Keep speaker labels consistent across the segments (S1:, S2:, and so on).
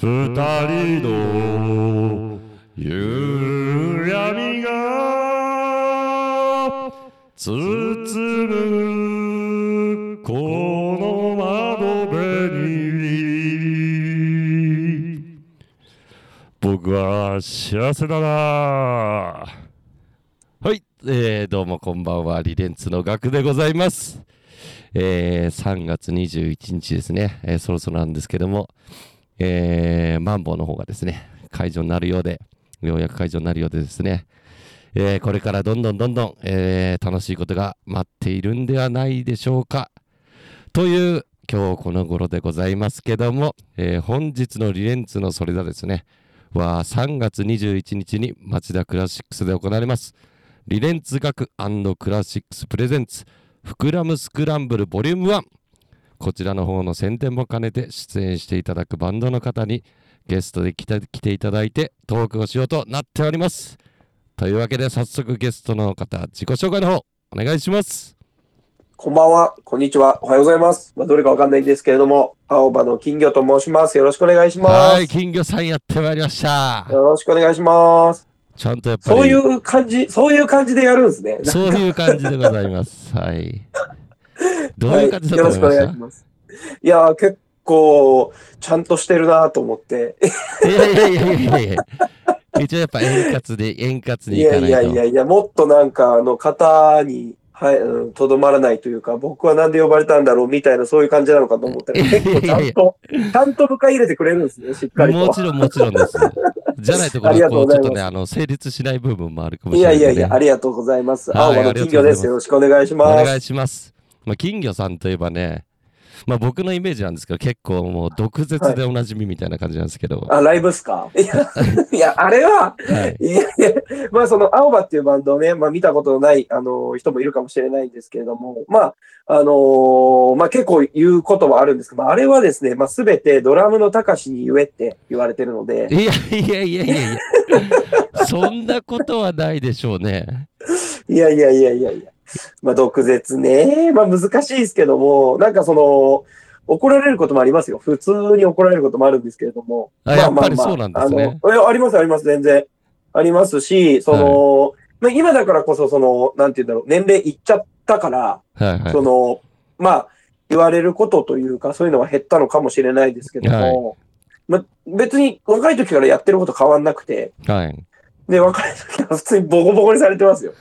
S1: 二人の夕闇が包むこの窓辺に僕は幸せだなはい、えーどうもこんばんはリレンツのガクでございますえー3月21日ですね、えーそろそろなんですけども、えーマンボウの方がですね、解除になるようで、ようやく解除になるようでですね、えーこれからどんどんどんどん、えー楽しいことが待っているんではないでしょうか。という、今日この頃でございますけども、えー本日のリレンツのそれだですね、は3月21日に町田クラシックスで行われます。リレンツ学クラシックスプレゼンツ膨らむスクランブルボリューム1こちらの方の宣伝も兼ねて出演していただくバンドの方にゲストで来た来ていただいてトークをしようとなっておりますというわけで早速ゲストの方自己紹介の方お願いします
S2: こんばんは、こんにちは、おはようございます。まあ、どれかわかんないんですけれども、青葉の金魚と申します。よろしくお願いしま
S1: は
S2: す。
S1: い金魚さんやってまいりました
S2: よろしくお願いします。
S1: ちゃんとやっぱり
S2: そういう感じ、そういう感じでやるんですね。
S1: そういう感じでございます はいどう
S2: はいいう
S1: 感じだ
S2: よ
S1: と思い
S2: ろしくお
S1: まし
S2: 願いします。いやー、結構、ちゃんとしてるなと思って。
S1: たいやいやいやいやいや一応やっぱ円滑で円滑
S2: い
S1: にいかない
S2: や
S1: と
S2: いやいやいや、もっとなんか、あの、型に、はい、うんとどまらないというか、僕はなんで呼ばれたんだろうみたいな、そういう感じなのかと思ったら、結構ちゃんと、ちゃんと迎え入れてくれるんですね、しっかりと。
S1: もちろん、もちろんです。じゃないとこ
S2: あり
S1: ろ、
S2: がと
S1: こ
S2: う
S1: う
S2: ご
S1: ち
S2: ざ
S1: ょ
S2: い
S1: っ
S2: ます
S1: とね、あの、成立しない部分もあるかも
S2: い
S1: しれ
S2: や
S1: ない
S2: い
S1: ので。
S2: やいや、ありがとうございます。
S1: はい
S2: 青葉の金
S1: あ
S2: 魚です。
S1: りがとうございます
S2: よろしくお願いし
S1: お
S2: ま
S1: 願い
S2: す。
S1: します。まあ、金魚さんといえばね、まあ、僕のイメージなんですけど、結構もう、毒舌でおなじみみたいな感じなんですけど、は
S2: あ、ライブっすかいや、いや、あれは、
S1: い。
S2: いやいや、まあその、青葉っていうバンドをね、まあ見たことのない、あの人もいるかもしれないんですけれども、まあ、あのーまあ結構言うことはあるんですけど、まああれはですね、まあすべてドラムのたかしに言えって言われてるので、
S1: いやいやいやいやいや、そんなことはないでしょうね。
S2: いやいやいやいやいや。まあ、毒舌ね。まあ、難しいですけども、なんかその、怒られることもありますよ。普通に怒られることもあるんですけれども。
S1: あ
S2: まま
S1: やっぱりそうなんですね
S2: あのいやあります、あります、全然。ありますし、その、まあ、今だからこそ、その、なんて言うんだろう、年齢いっちゃったから、
S1: はいはい
S2: そ。の、まあ、言われることというか、そういうのは減ったのかもしれないですけども、まあ、別に若い時からやってること変わんなくて、
S1: はい。
S2: で、別れた時は普通にボコボコにされてま すよ。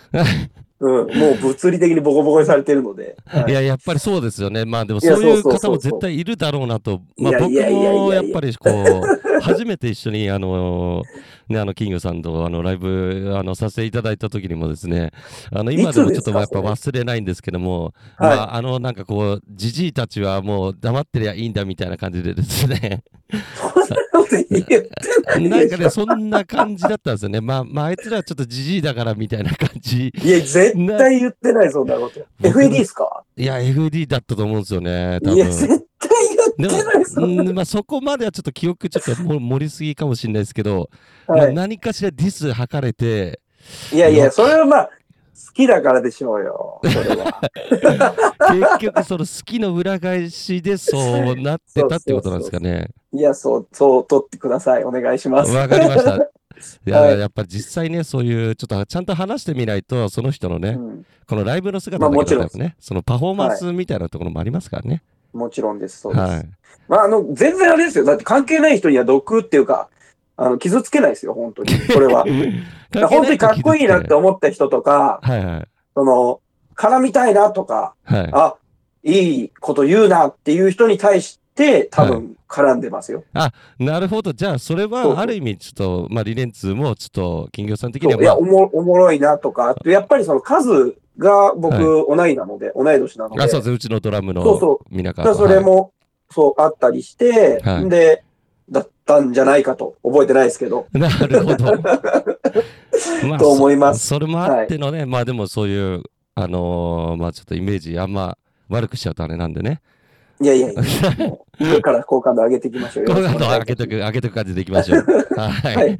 S2: うん、もう物理的にボコボコにされてるので。はいい
S1: や、やっぱりそうですよね。まあでも
S2: い
S1: そう
S2: や
S1: いう
S2: そうそう
S1: 方
S2: そう
S1: も絶対いるだろうなと、まあ
S2: いや
S1: 僕
S2: いやいやいやいや
S1: もやっぱりこう、 初めて一緒にあの、ね、あの、金魚さんとあの、ライブ、あの、させていただいた時にもですね、あの、今でも
S2: いつ
S1: ちょっと
S2: ですか
S1: やっぱ
S2: そ
S1: 忘
S2: れ
S1: れないんですけども、
S2: はい
S1: まあ、あの、なんかこう、じじいたちはもう黙ってりゃいいんだみたいな感じでです ね、
S2: 言ってな
S1: ないん
S2: で
S1: か
S2: しょ
S1: ね、そんな感じだったんですよね。まあ、まあ、あいつらはちょっとじじいだからみたいな感じ。
S2: いや、絶対言ってない、そんなこと。
S1: 僕
S2: FED ですか
S1: いや、FD だったと思うんですよね、多
S2: いや、
S1: 分。
S2: 絶対
S1: で
S2: 言
S1: も
S2: ってない、そんな
S1: うんまあ、そこまではちょっと記憶ちょっとも盛りすぎかもしれないですけど、まあ
S2: は
S1: 何かしらディス吐かれて、
S2: い。いやいや、それはまあ、好きだからでしょうよ。それは
S1: 結局その好きの裏返しでそうなってたってことなんですかね。
S2: いや、そう、そう、取ってください。お願いします。
S1: わかりま した。いや、
S2: はい
S1: やっぱり実際ね、そういう、ちょっとちゃんと話してみないと、その人の
S2: う
S1: ね、
S2: ん、
S1: このライブの姿
S2: まあ
S1: だけ
S2: もちろん
S1: だとね、そのパフォーマンスみたいなところもありますからね。
S2: もちろんです、そうです。
S1: はい。
S2: まあ、あの、全然あれですよ。だって関係ない人には毒っていうか、あの、傷つけないですよ、本当に。これは。
S1: 関係
S2: 本
S1: な
S2: 当にかっこいいなって思った人とか、
S1: はいはい。
S2: その、絡みたいなとか、
S1: はい。
S2: あ、いいこと言うなっていう人に対して、多
S1: は
S2: 分絡んでますよ。
S1: なるほど。じゃあ、それ
S2: そうそう
S1: はある意味、ちょっと、まあ、リレンツも、ちょっと、金魚さん的
S2: そう
S1: に
S2: い
S1: は、まあ
S2: やおも、おもろいなとか、やっぱりその数が僕、同いなので、同い年なので、
S1: あ、そうです。うちのドラムの
S2: そうそ
S1: 皆
S2: だ
S1: 川
S2: か
S1: さん
S2: らそれも、そう、あったりして、
S1: はい
S2: で、だったんじゃないかと、覚えてないですけど、
S1: はいなるほ ど。まあ
S2: と思います
S1: そ。それもあってのね、まあでもそういう、あのーまあちょっとイメージあんま悪くしちゃうとあれなんでね。
S2: いや いやいや、もう今から好感度上げていきましょう。
S1: 好感度を上げ
S2: て
S1: てく、上げてく感じでいきま しょう。は
S2: はい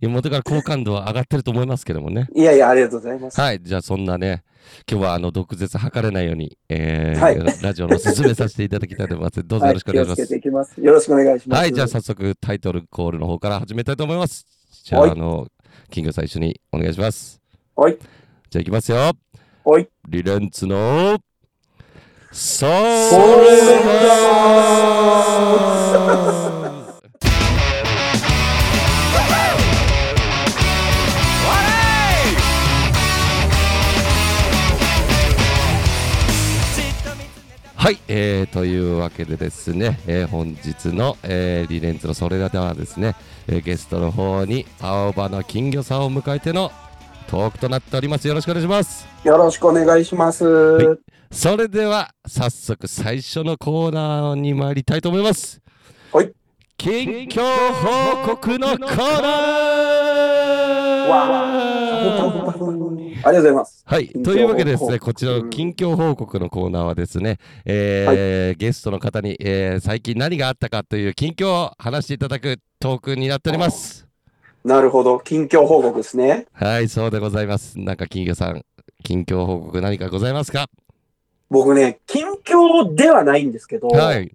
S2: い。
S1: 元から好感度は上がってると思いますけどもね。
S2: いやいや、ありがとうございます。
S1: はい。じゃあそんなね、今日はあの、毒舌測れないように、えー
S2: はい
S1: ラジオの進めさせていただきたいと思います。どうぞよろしくお願いしま
S2: は気をつけ
S1: す。
S2: ていきます。よろしくお願いします。
S1: はい。じゃあ早速タイトルコールの方から始めたいと思います。じゃあ、
S2: はい
S1: あの、キングさん一緒にお願いします。
S2: はい。
S1: じゃあいきますよ。
S2: はい。
S1: リレンツの、ソウルダンスはい、えー、というわけでですね、えー本日の、えーリレンツのそれだではですね、えーゲストの方に青葉の金魚さんを迎えてのトークとなっております。よろしくお願いします。
S2: よろしくお願いします。
S1: いそれでは早速最初のコーナーに参りたいと思います。
S2: はい。
S1: 近況報告のコーナー
S2: ありがとうございます。
S1: はい。
S2: 近
S1: と
S2: 況報告
S1: いうわけでですね、こちらの近況報告のコーナーはですね、えーゲストの方に、えー最近何があったかという近況を話していただくトークになっております。
S2: なるほど。近況報告ですね。
S1: はい、そうでございます。なんか金魚さん、近況報告何かございますか
S2: 僕ね、近況ではないんですけど、
S1: はい。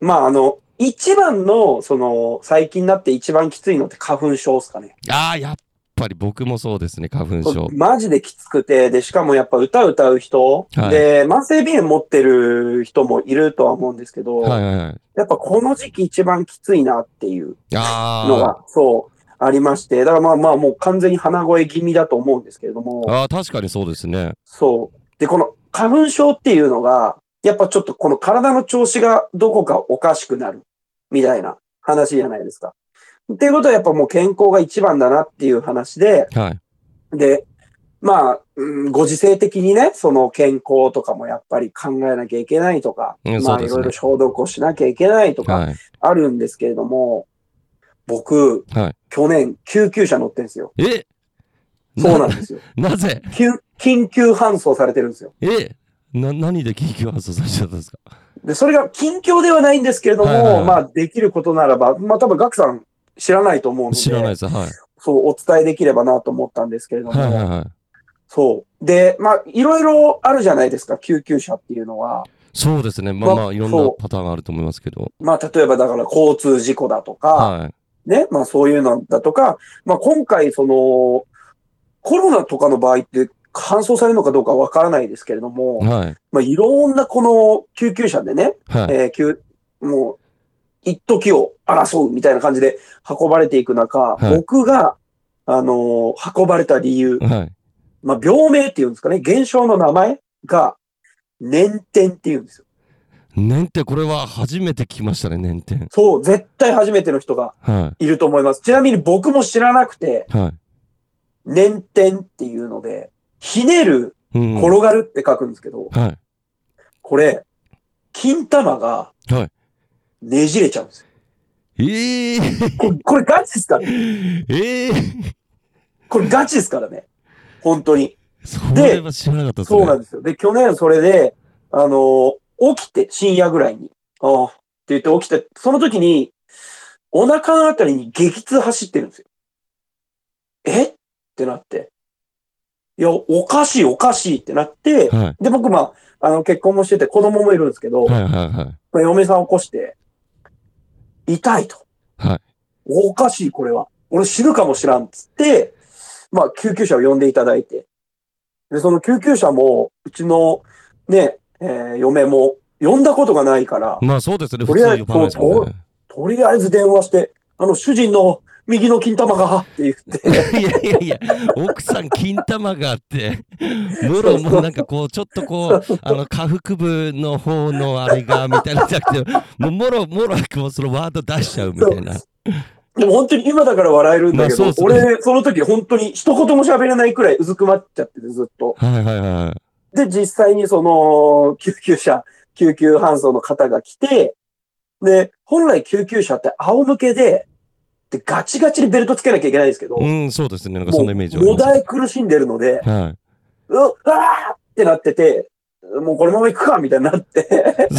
S2: まあ、あの、一番の、その、最近になって一番きついのって花粉症ですかね。
S1: ああ、やっぱり僕もそうですね、花粉症。
S2: マジできつくて、で、しかもやっぱ歌歌う人、
S1: はい
S2: で、慢性鼻炎持ってる人もいるとは思うんですけど、
S1: はいはいはい。
S2: やっぱこの時期一番きついなっていうの
S1: あ
S2: が、そう、ありまして、だからまあまあもう完全に鼻声気味だと思うんですけれど
S1: ー
S2: も、
S1: あー、確かにそうですね。
S2: そう。で、この花粉症っていうのが、やっぱちょっとこの体の調子がどこかおかしくなる、みたいな話じゃないですか。っていうことはやっぱもう健康が一番だなっていう話で、
S1: はい。
S2: で、まあ、うんご時世的にね、その健康とかもやっぱり考えなきゃいけないとか、
S1: うん
S2: ま
S1: そう
S2: あ
S1: で
S2: い
S1: すね
S2: ろいろ消毒をしなきゃいけないとか、
S1: はい。
S2: あるんですけれども、僕、
S1: はい
S2: 去年、救急車乗ってんですよ。
S1: え
S2: そうなん ですよ。
S1: なぜ
S2: 救緊急搬送されてるんですよ。
S1: えな、何で緊急搬送されちゃったんですか
S2: で、それが近況ではないんですけれども、
S1: はいはいはい
S2: まあ、できることならば、まあ、多分、ガクさん知らないと思うので、
S1: 知らないです。はい。
S2: そう、お伝えできればなと思ったんですけれども、
S1: はいはいはい。
S2: そう。で、まあ、いろいろあるじゃないですか、救急車っていうのは。
S1: そうですね。まあ
S2: ま
S1: まあ、いろんな
S2: そう
S1: パターンがあると思いますけど。
S2: まあ、例えば、だから、交通事故だとか、
S1: は
S2: ね、まあそういうのだとか、まあ今回その、コロナとかの場合って搬送されるのかどうかわからないですけれど
S1: い。
S2: も、
S1: はい。
S2: まあいろんなこの救急車でね、
S1: はい。
S2: えー救もう、一時を争うみたいな感じで運ばれていく中、
S1: はい
S2: 僕が、あのー運ばれた理由、
S1: はい。
S2: まあ病名っていうんですかね、現象の名前が、捻転っていうんですよ。
S1: 年点、これは初めて聞きましたね、年点。
S2: そう、絶対初めての人が
S1: はい
S2: ると思います。ちなみに僕も知らなくて、
S1: い。は
S2: 捻転っていうので、ひねる、
S1: い。うん。
S2: 転がるって書くんですけど、
S1: は
S2: これ、金玉が
S1: い。はい。
S2: ねじれちゃうんですよ。
S1: ええー、
S2: これ、これガチですからね。
S1: ええー、
S2: これガチですからね。本当に。
S1: それは知らなかったですね。
S2: そうなんですよ。で、去年それで、あのー起きて、深夜ぐらいに、ああ、って言って起きて、その時に、お腹のあたりに激痛走ってるんですよ。えってなって。いや、おかしい、おかしいってなって、
S1: はい。
S2: で、僕、まあ、あの、結婚もしてて、子供もいるんですけど、
S1: はいはいはい。
S2: まあ嫁さん起こして、痛いと。
S1: はい
S2: おかしい、これは。俺死ぬかもしらんっつって、まあ、救急車を呼んでいただいて。で、その救急車も、うちの、ね、えー嫁も、呼んだことがないから、
S1: まあそうですね、普
S2: とりあえ
S1: 通
S2: ず
S1: 呼ばないですもんね。
S2: とりあえず電話して、あの、主人の右の金玉が、って言って、
S1: いやいやいや、奥さん、金玉があ って、ムロもなんかこう、ちょっとこう、あの、下腹部の方のあれが、みたいなじゃなくて、もう、もろ、もろくもそのワード出しちゃうみたいな。
S2: でも本当に今だから笑えるんだけど、
S1: まあそうです
S2: 俺、その時本当に一言も喋れないくらいうずくまっちゃってて、ずっと。
S1: はいはいは
S2: で、実際にその、救急車、救急搬送の方が来て、で、本来救急車って仰向けで、で、ガチガチにベルトつけなきゃいけないんですけど、
S1: い。うん、そうですね、なんか
S2: も
S1: そん
S2: う、
S1: なイメージはあ
S2: も
S1: ります
S2: だえ苦しんでるので、
S1: は
S2: ううわーってなってて、もうこのまま行くかみたいになって、
S1: い。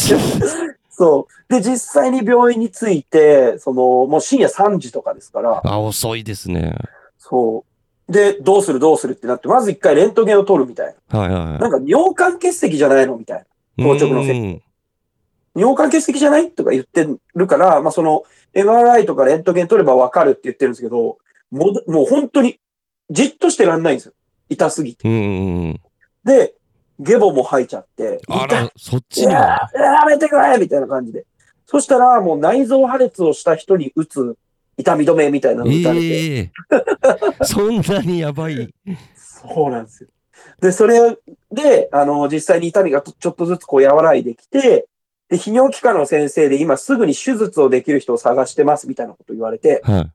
S2: そう。で、実際に病院に着いて、その、もう深夜3時とかですから、
S1: あ、遅いですね。
S2: そう。で、どうするどうするってなって、まず一回レントゲンを取るみたい
S1: はいはい
S2: な。
S1: は。
S2: ないんか尿管結石じゃないのみたいな。硬直のせ
S1: うん
S2: 尿管結石じゃないとか言ってるから、まあ、その、MRI とかレントゲン取ればわかるって言ってるんですけど、もどもう本当に、じっとしてらんないんですよ。痛すぎて。
S1: うんうんうん。
S2: で、ゲボも吐いちゃって、
S1: あ
S2: 痛い
S1: ら、そっちに
S2: い
S1: も。
S2: やーやめてくれみたいな感じで。そしたら、もう内臓破裂をした人に打つ痛み止めみたいなの打たれて。
S1: ええそんなにやばい。
S2: そうなんですよ。で、それで、あの、実際に痛みがとちょっとずつこう和らいできて、で、泌尿器科の先生で今すぐに手術をできる人を探してますみたいなこと言われて、
S1: はい。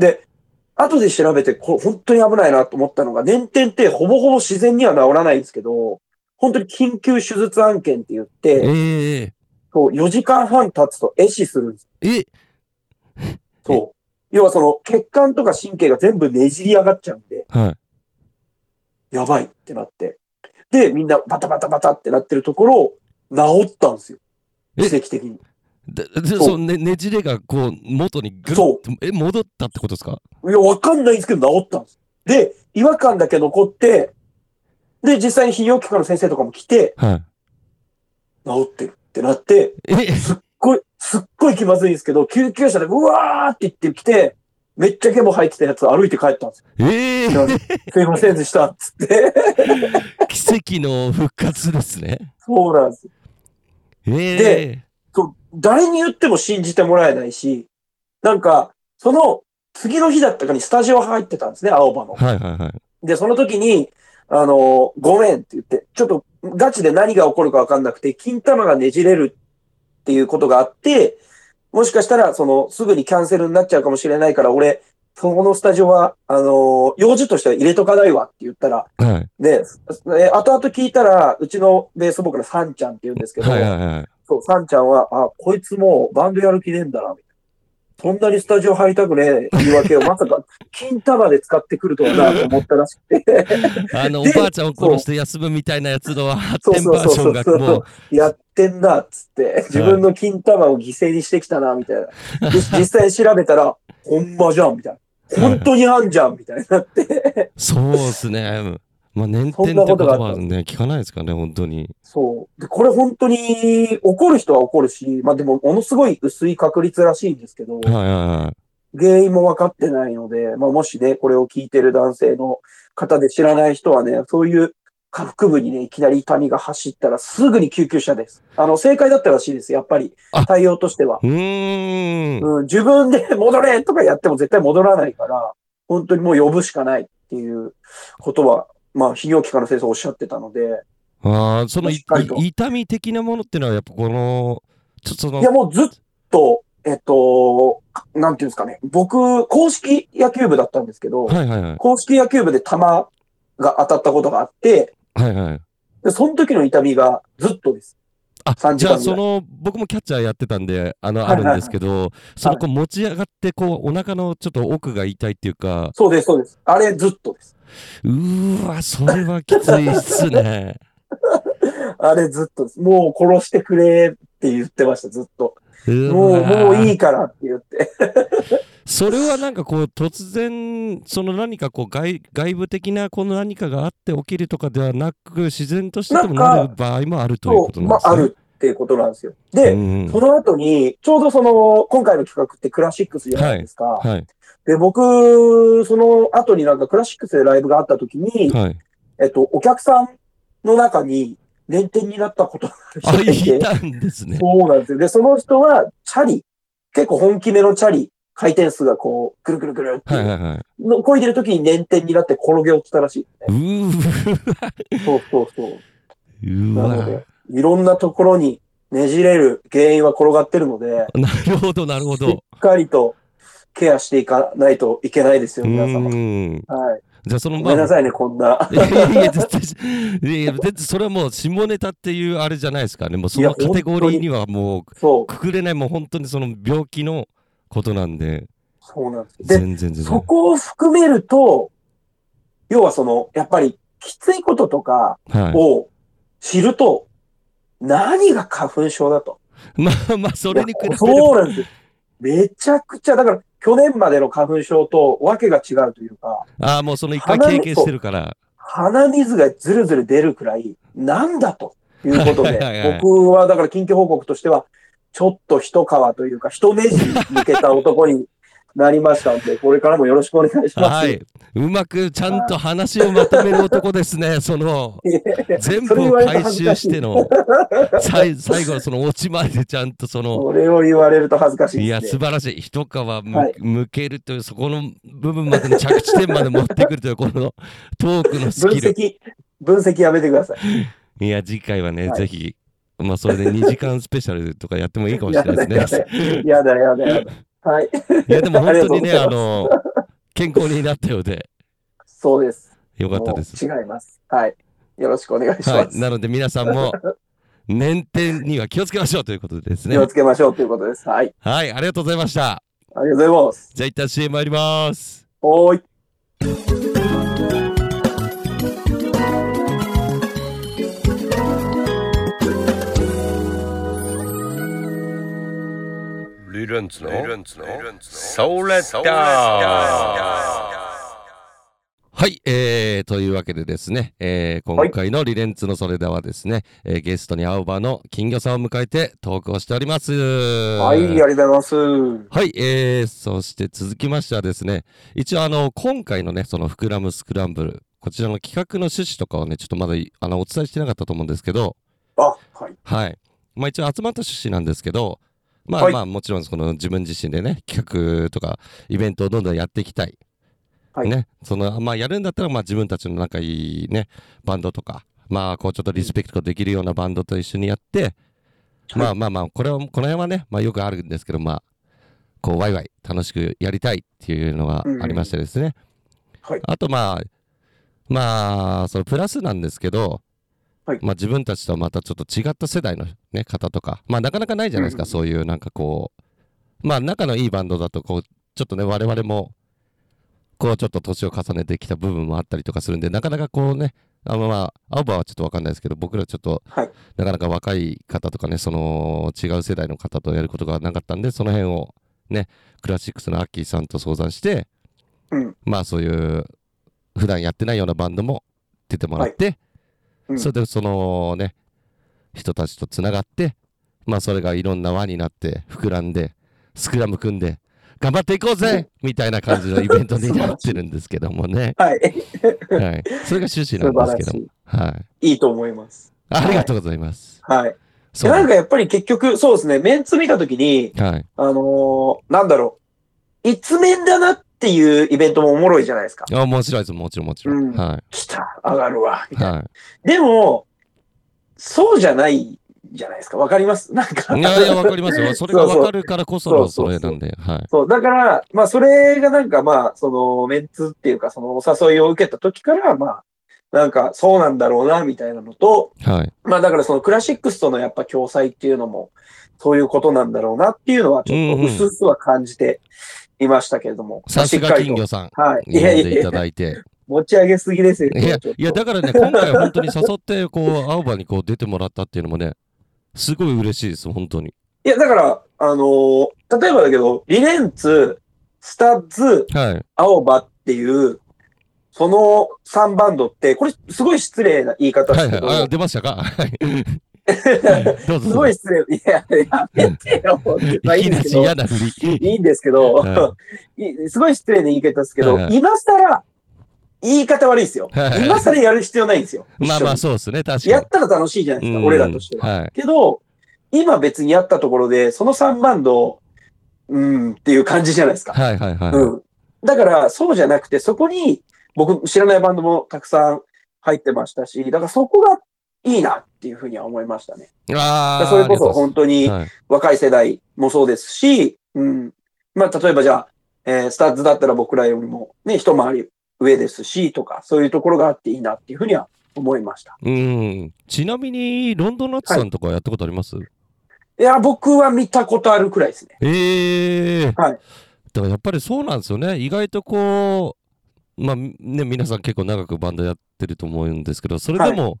S2: で、後で調べて、これ本当に危ないなと思ったのが、年点ってほぼほぼ自然には治らないんですけど、本当に緊急手術案件って言っ
S1: え
S2: て、
S1: え
S2: そう4時間半経つと壊死するんです
S1: え、
S2: そう。要はその血管とか神経が全部ねじり上がっちゃうんで、
S1: はい。
S2: やばいってなって。で、みんなバタバタバタってなってるところを治ったんですよ。
S1: え
S2: 奇跡的に。
S1: で、で
S2: う
S1: そのねねじれがこう、元にぐるっ
S2: そ
S1: と、え、戻ったってことですか
S2: いや、わかんないんですけど治ったんです。で、違和感だけ残って、で、実際に泌尿器科の先生とかも来て、
S1: はい。
S2: 治ってるってなって、
S1: え、
S2: これ、すっごい気まずいんですけど、救急車でうわーって言ってきて、めっちゃゲボ入ってたやつ歩いて帰ったんですよ。
S1: ええ
S2: すいませんでした、つって。
S1: 奇跡の復活ですね。
S2: そうなんです。
S1: ええ
S2: でそう誰に言っても信じてもらえないし、なんか、その次の日だったかにスタジオ入ってたんですね、青葉の。
S1: はいはいはい。
S2: で、その時に、あの、ごめんって言って、ちょっとガチで何が起こるかわかんなくて、金玉がねじれるっていうことがあって、もしかしたら、その、すぐにキャンセルになっちゃうかもしれないから、俺、そこのスタジオは、あの、用事としては入れとかないわって言ったら、
S1: はい。
S2: で、え後々聞いたら、うちのベースボーカル、サンちゃんって言うんですけど、
S1: はいはいはい。
S2: そう、サンちゃんは、あ、こいつもうバンドやる気ねえんだな、みたいな。そんなにスタジオ入りたくねえ言い訳を、まさか、金束で使ってくるとはな、と思ったらしくて、
S1: あの、お
S2: で
S1: ばあちゃんを殺して休むみたいなやつの発
S2: そう
S1: 展
S2: そう
S1: バージョン
S2: そう
S1: が
S2: そう
S1: もう、
S2: やってんな、つって、自分の金束を犠牲にしてきたな、みたい な。で実際調べたら、ほんまじゃん、みたいな。本当にあんじゃん、みたいになって。
S1: そうですね。まあ、年
S2: そ
S1: 点
S2: ん
S1: っ
S2: な
S1: て言
S2: ことがあった
S1: 葉はね、聞かないですからね、本当に。
S2: そう。で、これ本当に怒る人は怒るし、まあでも、ものすごい薄い確率らしいんですけど、
S1: はいはいは
S2: 原因も分かってないので、まあ、もしね、これを聞いてる男性の方で知らない人はね、そういう下腹部にね、いきなり痛みが走ったらすぐに救急車です。あの、正解だったらしいです、やっぱり
S1: あ。
S2: 対応としては。
S1: い。うーん。
S2: うん、自分で 戻れとかやっても絶対戻らないから、本当にもう呼ぶしかないっていうことは、まあ、泌尿器科の先生おっしゃってたので、
S1: ああ、そのい
S2: しっかりと
S1: い痛み的なものってのは、やっぱこの、ちょっとその
S2: いや、、もうずっと、えっと、なんていうんですかね、僕、公式野球部だったんですけど、
S1: はいはいはい。
S2: 公式野球部で球が当たったことがあって、
S1: はいはい。
S2: でその時の痛みがずっとです。
S1: あ、
S2: 3
S1: じ
S2: 時
S1: ゃ
S2: 間
S1: あ
S2: ぐら
S1: そ
S2: い
S1: の、僕もキャッチャーやってたんで、あの、
S2: はい
S1: あ
S2: はい
S1: る
S2: はい
S1: んですけど、その、こう持ち上がって、こう、お腹のちょっと奥が痛いっていうか、
S2: そうです、そうです。あれずっとです。
S1: うーわ、それはきついっす ね。
S2: あれずっとです。もう殺してくれって言ってました、ずっと。も
S1: も
S2: う、もういいからって言って。
S1: それはなんかこう突然その何かこう外外部的なこの何かがあって起きるとかではなく自然としてでも
S2: なんか
S1: なる場合もあるという
S2: そ
S1: こと
S2: う、
S1: なん
S2: ま
S1: です
S2: あ、
S1: ね。
S2: あるっていうことなんですよ。で、
S1: うん
S2: その後に、ちょうどその、今回の企画ってクラシックスじゃないですか。
S1: はい
S2: で、僕、その後になんかクラシックスでライブがあった時に、
S1: はい。
S2: えっと、お客さんの中に、連点になったことがあ
S1: あ
S2: る人がいて
S1: い、たんですね。
S2: そうなんですよ。で、その人は、チャリ、結構本気めのチャリ、回転数がこう、くるくるくるって、
S1: はいはいはい。
S2: のこいでる時に捻転になって転げ落ちたらしい、
S1: うーわ
S2: そうそうそう。
S1: う
S2: なの
S1: わ
S2: で、いろんなところにねじれる原因は転がってるので、
S1: なるほどなるほ
S2: しっ
S1: ど。
S2: かりとケアしていかないといけないです
S1: う
S2: よ、皆様。
S1: ーん。
S2: はい。
S1: じゃあその
S2: ご
S1: ま
S2: めんな
S1: あ。
S2: さいね、こんな。
S1: いやいや絶対いやいや絶対それはもう下ネタっていうあれじゃないですかね。もうそ
S2: いや
S1: のカテゴ
S2: 本当
S1: リー
S2: に
S1: にはもう
S2: そう、
S1: くくれないもう本当にその病気のことなんで
S2: そうなんです。で、
S1: 全然全然。
S2: そこを含めると、要はその、やっぱり、きついこととか、
S1: はい。
S2: を知ると、何が花粉症だと。
S1: まあまあ、それに比べれば。
S2: そうなんですよ。めちゃくちゃ、だから、去年までの花粉症とわけが違うというか、
S1: ああ、もうその一回経験してるから。
S2: 鼻水がずるずる出るくらい、なんだということ
S1: はいはいはいは
S2: で
S1: い、
S2: 僕はだから近況報告としては、ちょっと一皮というか、一目じ抜けた男になりましたんで、これからもよろしくお願いします。
S1: はい。うまくちゃんと話をまとめる男です ね。その、全
S2: そ
S1: 部
S2: れ言
S1: を
S2: われると
S1: 回
S2: 恥ず
S1: 収
S2: かし
S1: し
S2: い
S1: ての、最最後のその落ちまでちゃんとその、
S2: それを言われると恥ずかしいです、ね。
S1: いや、素晴らしい。一皮む、
S2: はい
S1: 向けるという、そこの部分までの着地点まで持ってくるという、このトークのス
S2: 分
S1: キル。
S2: 析、分析やめてください。
S1: いや、次回はね、
S2: はい
S1: ぜひ、まあ、それで2時間スペシャルとかやってもいいかもしれないですね。
S2: やだやだやだ。 はい。
S1: いや、でも
S2: あ
S1: 本
S2: りが
S1: 当
S2: とう
S1: に
S2: ご
S1: ね、
S2: ざ
S1: あ
S2: います
S1: の、健康になったようで、
S2: そうです。
S1: よかったです。
S2: もう違います。はい。よろしくお願いし
S1: は
S2: ま
S1: い。
S2: す。
S1: なので、皆さんも、年点には気をつけましょうということでですね
S2: 気。をつけましょうということです。はい。
S1: はい、ありがとうございました。
S2: ありがとうございます。
S1: じゃあ、一旦 CM 参ります。
S2: おーい。
S3: リレンツのソーレッダー
S1: はい、えー、というわけでですね、えー、今回のリレンツのそれではですね、えーゲストに青葉の金魚さんを迎えてトークをしております。は
S2: はい、ありがとうございます。
S1: はい、えー、そして続きましてはですね、一応あの、今回のね、その膨らむスクランブル、こちらの企画の趣旨とかをね、ちょっとまだいあのお伝えしてなかったと思うんですけど、
S2: あ、はい。
S1: はい。まあ一応集まった趣旨なんですけど、まあ
S2: はい
S1: まあもちろんその自分自身でね、企画とかイベントをどんどんやっていきたい。
S2: はい
S1: ね。その、まあやるんだったらまあ自分たちの仲いいね、バンドとか、まあこうちょっとリスペクトできるようなバンドと一緒にやって、まあまあまあ、これは、この辺はね、まあよくあるんですけど、まあ、こうワイワイ楽しくやりたいっていうのがありましてですね。
S2: はい。
S1: あとまあ、まあ、そのプラスなんですけど、
S2: はい
S1: まあ自分たちとはまたちょっと違った世代の、ね、方とか、まあなかなかないじゃないですか、
S2: うん
S1: そういうなんかこう、まあ仲のいいバンドだと、こう、ちょっとね、我々も、こうちょっと年を重ねてきた部分もあったりとかするんで、なかなかこうね、あまあまあ、青葉はちょっとわかんないですけど、僕らちょっと、
S2: はい
S1: なかなか若い方とかね、その違う世代の方とやることがなかったんで、その辺をね、クラシックスのアッキーさんと相談して、
S2: うん
S1: まあそういう普段やってないようなバンドも出てもらって、
S2: うん
S1: それでそのね人たちとつながってまあそれがいろんな輪になって膨らんでスクラム組んで頑張っていこうぜみたいな感じのイベントになってるんですけどもね、
S2: はい。
S1: はい、それが趣旨
S2: 素
S1: な
S2: 晴
S1: ん
S2: ら
S1: ですけ
S2: し
S1: ども
S2: い。
S1: はい、
S2: いいと思います。
S1: ありがとうございます。
S2: はい。
S1: そ
S2: で
S1: う
S2: なんかやっぱり結局、そうですね、メンツ見たときに、
S1: はい、
S2: あのーなんだろう。一面だなっていうイベントもおもろいじゃないですか。
S1: あ面白いですもちろんもちろん、
S2: うん
S1: は
S2: 来た、上がるわ、
S1: い
S2: みたいな。
S1: は
S2: でも、そうじゃないじゃないですか。わかりますなんか。
S1: いいやいやわかります よそれがわかるからこそのそ
S2: そ
S1: う
S2: そう
S1: れなんではい
S2: そう、だから、まあ、それがなんか、まあ、その、メンツっていうか、その、お誘いを受けた時から、まあ、なんか、そうなんだろうな、みたいなのと、
S1: はい
S2: まあ、だから、その、クラシックスとのやっぱ共催っていうのも、そういうことなんだろうなっていうのは、ちょっ
S1: うん
S2: と、
S1: うん
S2: うすうすは感じていましたけれども、
S1: さす
S2: しっ
S1: が
S2: かり
S1: 金
S2: と。
S1: 魚さん
S2: はい。い
S1: 呼ん
S2: やいや
S1: でい
S2: い
S1: た
S2: や、
S1: だいて
S2: 持ち上げすぎですよ。
S1: いや
S2: ちょっと
S1: いやだからね、今回本当に誘って、こう、青葉にこう出てもらったっていうのもね、すごい嬉しいです、本当に。
S2: いや、だから、あのー例えばだけど、リレンツ、スタッズ、
S1: はい。
S2: 青葉っていう、その3バンドって、これすごい失礼な言い方で
S1: は
S2: す
S1: い
S2: けど、
S1: はい。あ、出ましたか はい。 どうぞ。
S2: すごい
S1: い。
S2: 失礼。いや、やめてよ。まあい
S1: いき
S2: いんで
S1: なり
S2: すけど、
S1: 嫌な振り。
S2: いいんですけど、
S1: はい
S2: すご い失礼な言い方ですけど、
S1: はいはい
S2: 今更、言い方悪いですよ。
S1: はいはい
S2: 今更やる必要ないんですよ。
S1: まあまあ、
S2: 一緒
S1: そうですね、確
S2: にや
S1: か
S2: ったら楽しいじゃないで
S1: に。う
S2: すか、
S1: ん
S2: 俺らとしては。
S1: はい。
S2: けど、今別にやったところで、その3バンド、うーんっていう感じじゃないですか。
S1: はいはいはい。
S2: うん。だから、そうじゃなくて、そこに、僕、知らないバンドもたくさん入ってましたし、だからそこがいいなっていうふうには思いましたね。だ
S1: あ
S2: か
S1: あ、
S2: らそれこそ本当
S1: 当
S2: に
S1: はい。
S2: 若い世代もそうですし、うん。まあ、例えばじゃあ、えースタッズだったら僕らよりもね、一回り上ですし、とか、そういうところがあっていいなっていうふうには思いました。
S1: うん。ちなみに、ロンドンナッツさんとかやったことあります
S2: いや、僕は見たことあるくらいですね。
S1: ええ
S2: はい
S1: だからやっぱりそうなんですよね。意外とこう、まあね、皆さん結構長くバンドやってると思うんですけど、それでも、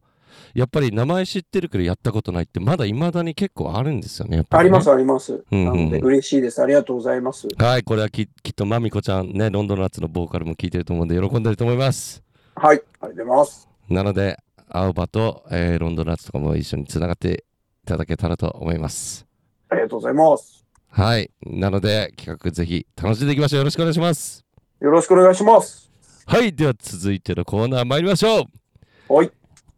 S1: やっぱり名前知ってるけどやったことないって、まだ未だに結構あるんですよね。やっぱ
S2: あ
S1: ね
S2: ります、あります。
S1: うんうん
S2: なので、嬉しいです。ありがとうございます。
S1: はい、これはききっとまみこちゃんね、ロンドンナッツのボーカルも聞いてると思うんで、喜んでると思います。
S2: はい、ありがとうございます。
S1: なので、青葉と、えーロンドンナッツとかも一緒につながっていただけたらと思います。
S2: ありがとうございます。
S1: はい、なので、企画ぜひ楽しんでいきましょう。よろしくお願いします。
S2: よろしくお願いします。
S1: はい、では続いてのコーナー参りましょう。
S2: はい。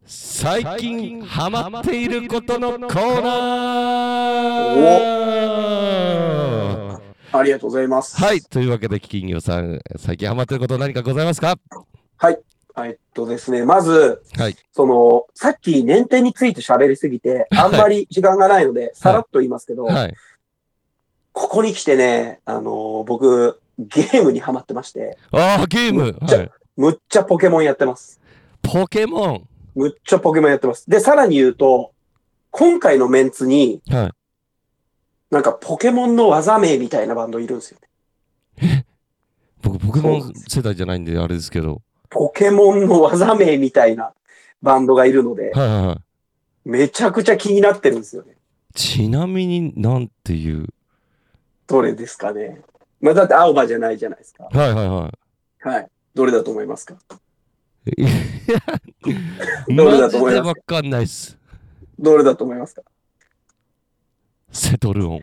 S1: 最近ハマっていることのコーナー
S2: ありがとうございます。
S1: はい、というわけで金魚さん最近ハマっていること何かございますか
S2: はい。えっとですね、まず、
S1: はい
S2: その、さっき年齢について喋りすぎて、あんまり時間がないので、さらっと言いますけど、
S1: はい
S2: ここに来てね、あのー僕、ゲームにハマってまして、
S1: ああゲーム、
S2: じゃ
S1: はい、
S2: むっちゃポケモンやってます。
S1: ポケモン
S2: むっちゃポケモンやってます。で、さらに言うと、今回のメンツに、
S1: はい
S2: なんかポケモンの技名みたいなバンドいるんですよ。
S1: 僕ポケモ
S2: そう
S1: ン世代じゃないんであれですけど
S2: ポケモンの技名みたいなバンドがいるので、
S1: はいはいはい
S2: めちゃくちゃ気になってるんですよね。
S1: ちなみになんていう
S2: どれですかね。まあ、だって青葉じゃないじゃないですか。
S1: はいはいは
S2: はい。どれだと思いますか
S1: いいや
S2: どれ
S1: マ
S2: だと
S1: ジ
S2: 思います
S1: でわかんないっす
S2: どれだと思いますか
S1: セトルオン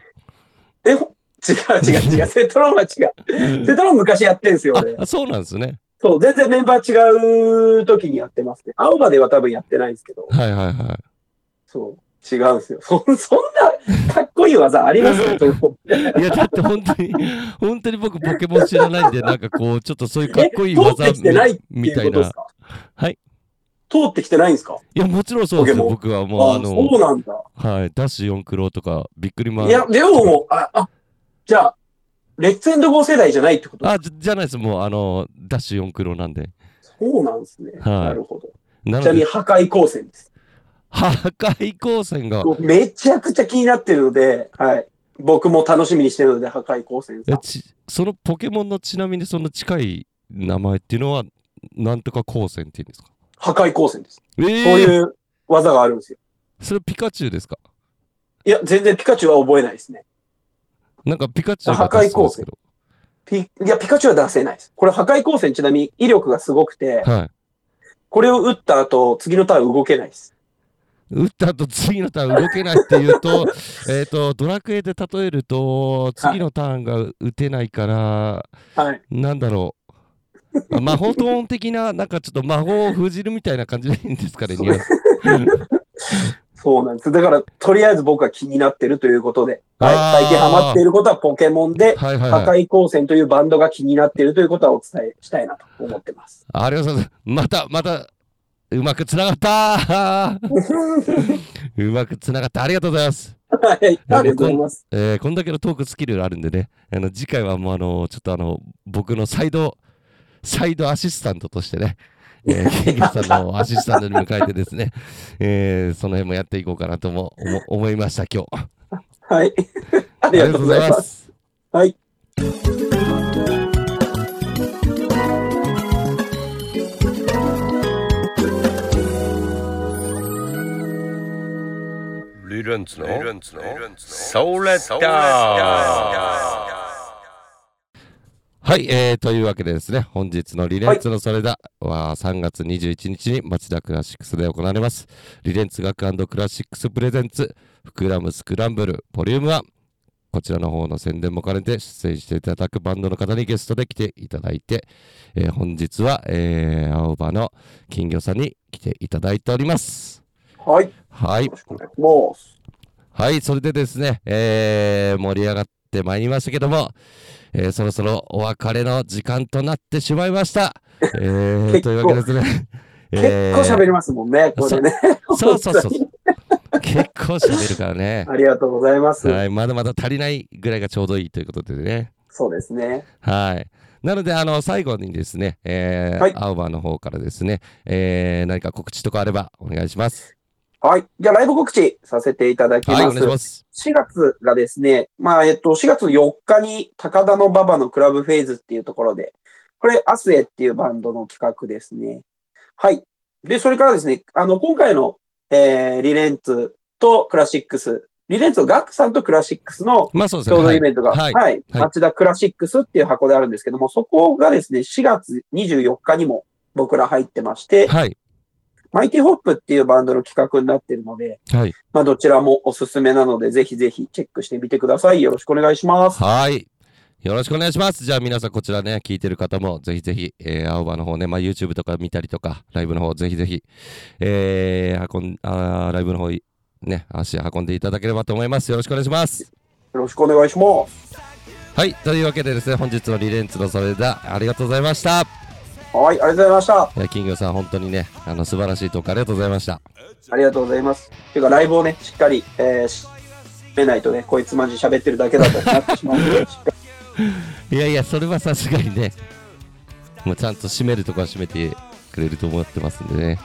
S2: えほ違う違 う違う。セトロンは違う。セトロン昔やってんすよね。
S1: あそうなんですね
S2: そう、全然メンバー違う時にやってますね。青葉では多分やってないんですけど。
S1: はいはいはい
S2: そう。違うんですよ。 そそんなかっこいい技あ りますと思って。
S1: いや、だって本当に、本当に僕、ポケモン知らないんで、なんかこう、ちょっとそういうかっこいい
S2: え
S1: 技
S2: 通ってきてないって
S1: み
S2: いう
S1: た
S2: こ
S1: い
S2: と
S1: な。
S2: で
S1: い
S2: すか
S1: はい。
S2: 通ってきてないんですか
S1: や、もちろんそうですよ、
S2: ポケ
S1: 僕
S2: モン
S1: は
S2: あ
S1: もう、あ
S2: あ
S1: の、
S2: そうなんだ。
S1: はい、ダッシュ4クロとか、びっくりマン。
S2: いや、でももう、あ、あ、じゃあ、レッツエンドゴー世代じゃないってこと
S1: あじゃ、じゃないです、もう、あの、ダッシュ4クロなんで。
S2: そうなんですね。
S1: はい
S2: なるほど。
S1: な
S2: ちな
S1: の
S2: みに
S1: で、
S2: 破壊光線です。
S1: 破壊光線が、
S2: めちゃくちゃ気になってるので、はい。僕も楽しみにしてるので、破壊光線さ
S1: え
S2: ん。
S1: ちそのポケモンのちなみにその近い名前っていうのは、なんとか光線っていうんですか
S2: 破壊光線です。
S1: え
S2: そ
S1: え
S2: ういう技があるんですよ。
S1: それピカチュウですか
S2: いや、全然ピカチュウは覚えないですね。
S1: なんかピカチュウが出しそうですけど。
S2: ピいや、ピカチュウは出せないです。これ破壊光線ちなみに威力がすごくて、
S1: はい。
S2: これを打った後、次のターン動けないです。
S1: 打った後次のターン動けないっていうとえっとドラクエで例えると次のターンが打てないから
S2: はい。
S1: なんだろう魔法トーン的ななんかちょっと魔法を封じるみたいな感じでいいんですかね
S2: そう
S1: ニュアンス
S2: そうなんです。だから、とりあえず僕は気になってるということで、はい
S1: あー。
S2: 最近ハマっていることはポケモンで、
S1: はいはい
S2: 破
S1: はい
S2: 壊光線というバンドが気になっているということはお伝えしたいなと思ってます。
S1: ありがとうございますまたまたうまくつながったうまくつながったありがとうございます、
S2: はい。ありがとうございます。
S1: えーこんだけのトークスキルがあるんでねあの次回はもうあのちょっとあの僕のサイドサイドアシスタントとしてね、え ー、ケンさんのアシスタントに迎えてですね、えーその辺もやっていこうかなとも思思いました、今日。
S2: はい。あ
S1: あ
S2: りがとうございます。
S1: す。
S2: はい。
S3: リレンツのソーレッダ
S1: はい、えー、というわけでですね、本日のリレンツのそれだは3月21日に町田クラシックスで行われます。リレンツ学クラシックスプレゼンツ、膨らむスクランブル、ボリューム1。こちらの方の宣伝も兼ねて出演していただくバンドの方にゲストで来ていただいて、えー本日は、えー、青葉の金魚さんに来ていただいております。
S2: はい。よ
S1: はい。
S2: ろしくお願いします。
S1: はい、それでですね、えー盛り上がってまいりましたけども、えーそろそろお別れの時間となってしまいました。えー、
S2: 結構
S1: というわけですね。
S2: 結構喋
S1: る。
S2: りますもんね、これね。
S1: そうそうそう
S2: 本当に。
S1: 結構喋るから ね。
S2: ありがとうございます。
S1: はい、まだまだ足りないぐらいがちょうどいいということでね。
S2: そうですね。
S1: はい。なので、あの、最後にですね、えー
S2: はい
S1: 青葉の方からですね、えー何か告知とかあればお願いします。
S2: はい。じゃあ、ライブ告知させていただきま
S1: はい、
S2: す。
S1: お願いします。
S2: 4月がですね、まあ、えっと、4月4日に高田の馬場のクラブフェイズっていうところで、これ、アスエっていうバンドの企画ですね。はい。で、それからですね、あの、今回のえーリレンツとクラシックス、リレンツのガクさんとクラシックスの
S1: まあそうですね。
S2: 共同
S1: はい
S2: イベントが、
S1: は
S2: はいい、
S1: はい
S2: はい町田クラシックスっていう箱であるんですけども、そこがですね、4月24日にも僕ら入ってまして、
S1: はい。
S2: マイティホップっていうバンドの企画になってるので、
S1: はい。
S2: まあどちらもおすすめなので、ぜひぜひチェックしてみてください。よろしくお願いします。
S1: はい。よろしくお願いします。じゃあ皆さんこちらね、聞いてる方もぜひぜひ、えー、青葉の方ね、まあ、YouTube とか見たりとか、ライブの方ぜひぜひ、えー、運んあーライブの方いね、足運んでいただければと思います。よろしくお願いします。
S2: よろしくお願いします。
S1: はい。というわけでですね、本日のリレンツのそれだ、ありがとうございました。
S2: はい、ありがとうございました。
S1: いや、金魚さん、本当にね、あの、素晴らしいトークありがとうございました。
S2: ありがとうございます。ていうか、ライブをね、しっかり、えー、し締めないとね、こいつマジ喋ってるだけだとなってしまうの で、しっか
S1: いやいや、それはさすがにね、もうちゃんと締めるとこは締めてくれると思ってますんでね。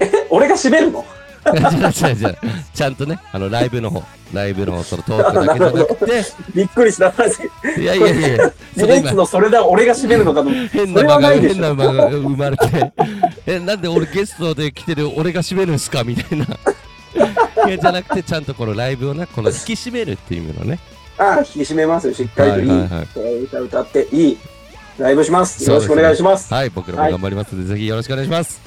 S2: り俺が締めるの
S1: 違う違う違う ちゃんとね、あの、ライブの方、ライブの方、そのトークだけじゃなく て、
S2: びっくりした。
S1: いやいやいやいや、それ
S2: リレンツ
S1: 今、
S2: のそれだ、俺が締めるのかと思って。
S1: 変
S2: そ
S1: な
S2: れ
S1: 間
S2: は
S1: が、
S2: ないで
S1: 変
S2: し
S1: な
S2: ょ。
S1: 間が生まれて、 え、なんで俺ゲストで来てる俺が締めるんすかみたい な。いや、じゃなくて、ちゃんとこのライブをね、この引き締めるっていう意味のね。
S2: ああ、引き締めますよ。しっかりといい。
S1: はいはいはい
S2: 歌歌っていい。ライブします。よろしくお願いします。
S1: はい、僕らも頑張りますので、ぜひよろしくお願いします。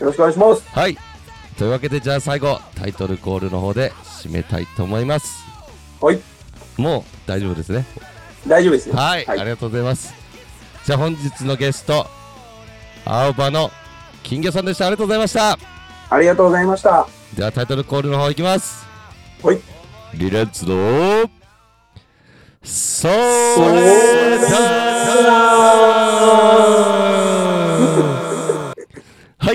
S2: よろしくお願いします。
S1: はい。というわけで、じゃあ最後、タイトルコールの方で締めたいと思います。
S2: はい。
S1: もう大丈夫ですね。
S2: 大丈夫ですよ。
S1: はい、
S2: はい
S1: ありがとうございます。じゃあ本日のゲスト、青葉の金魚さんでした。ありがとうございました。
S2: ありがとうございました。
S1: ではタイトルコールの方いきます。
S2: はい。
S1: リレッツの、それだーは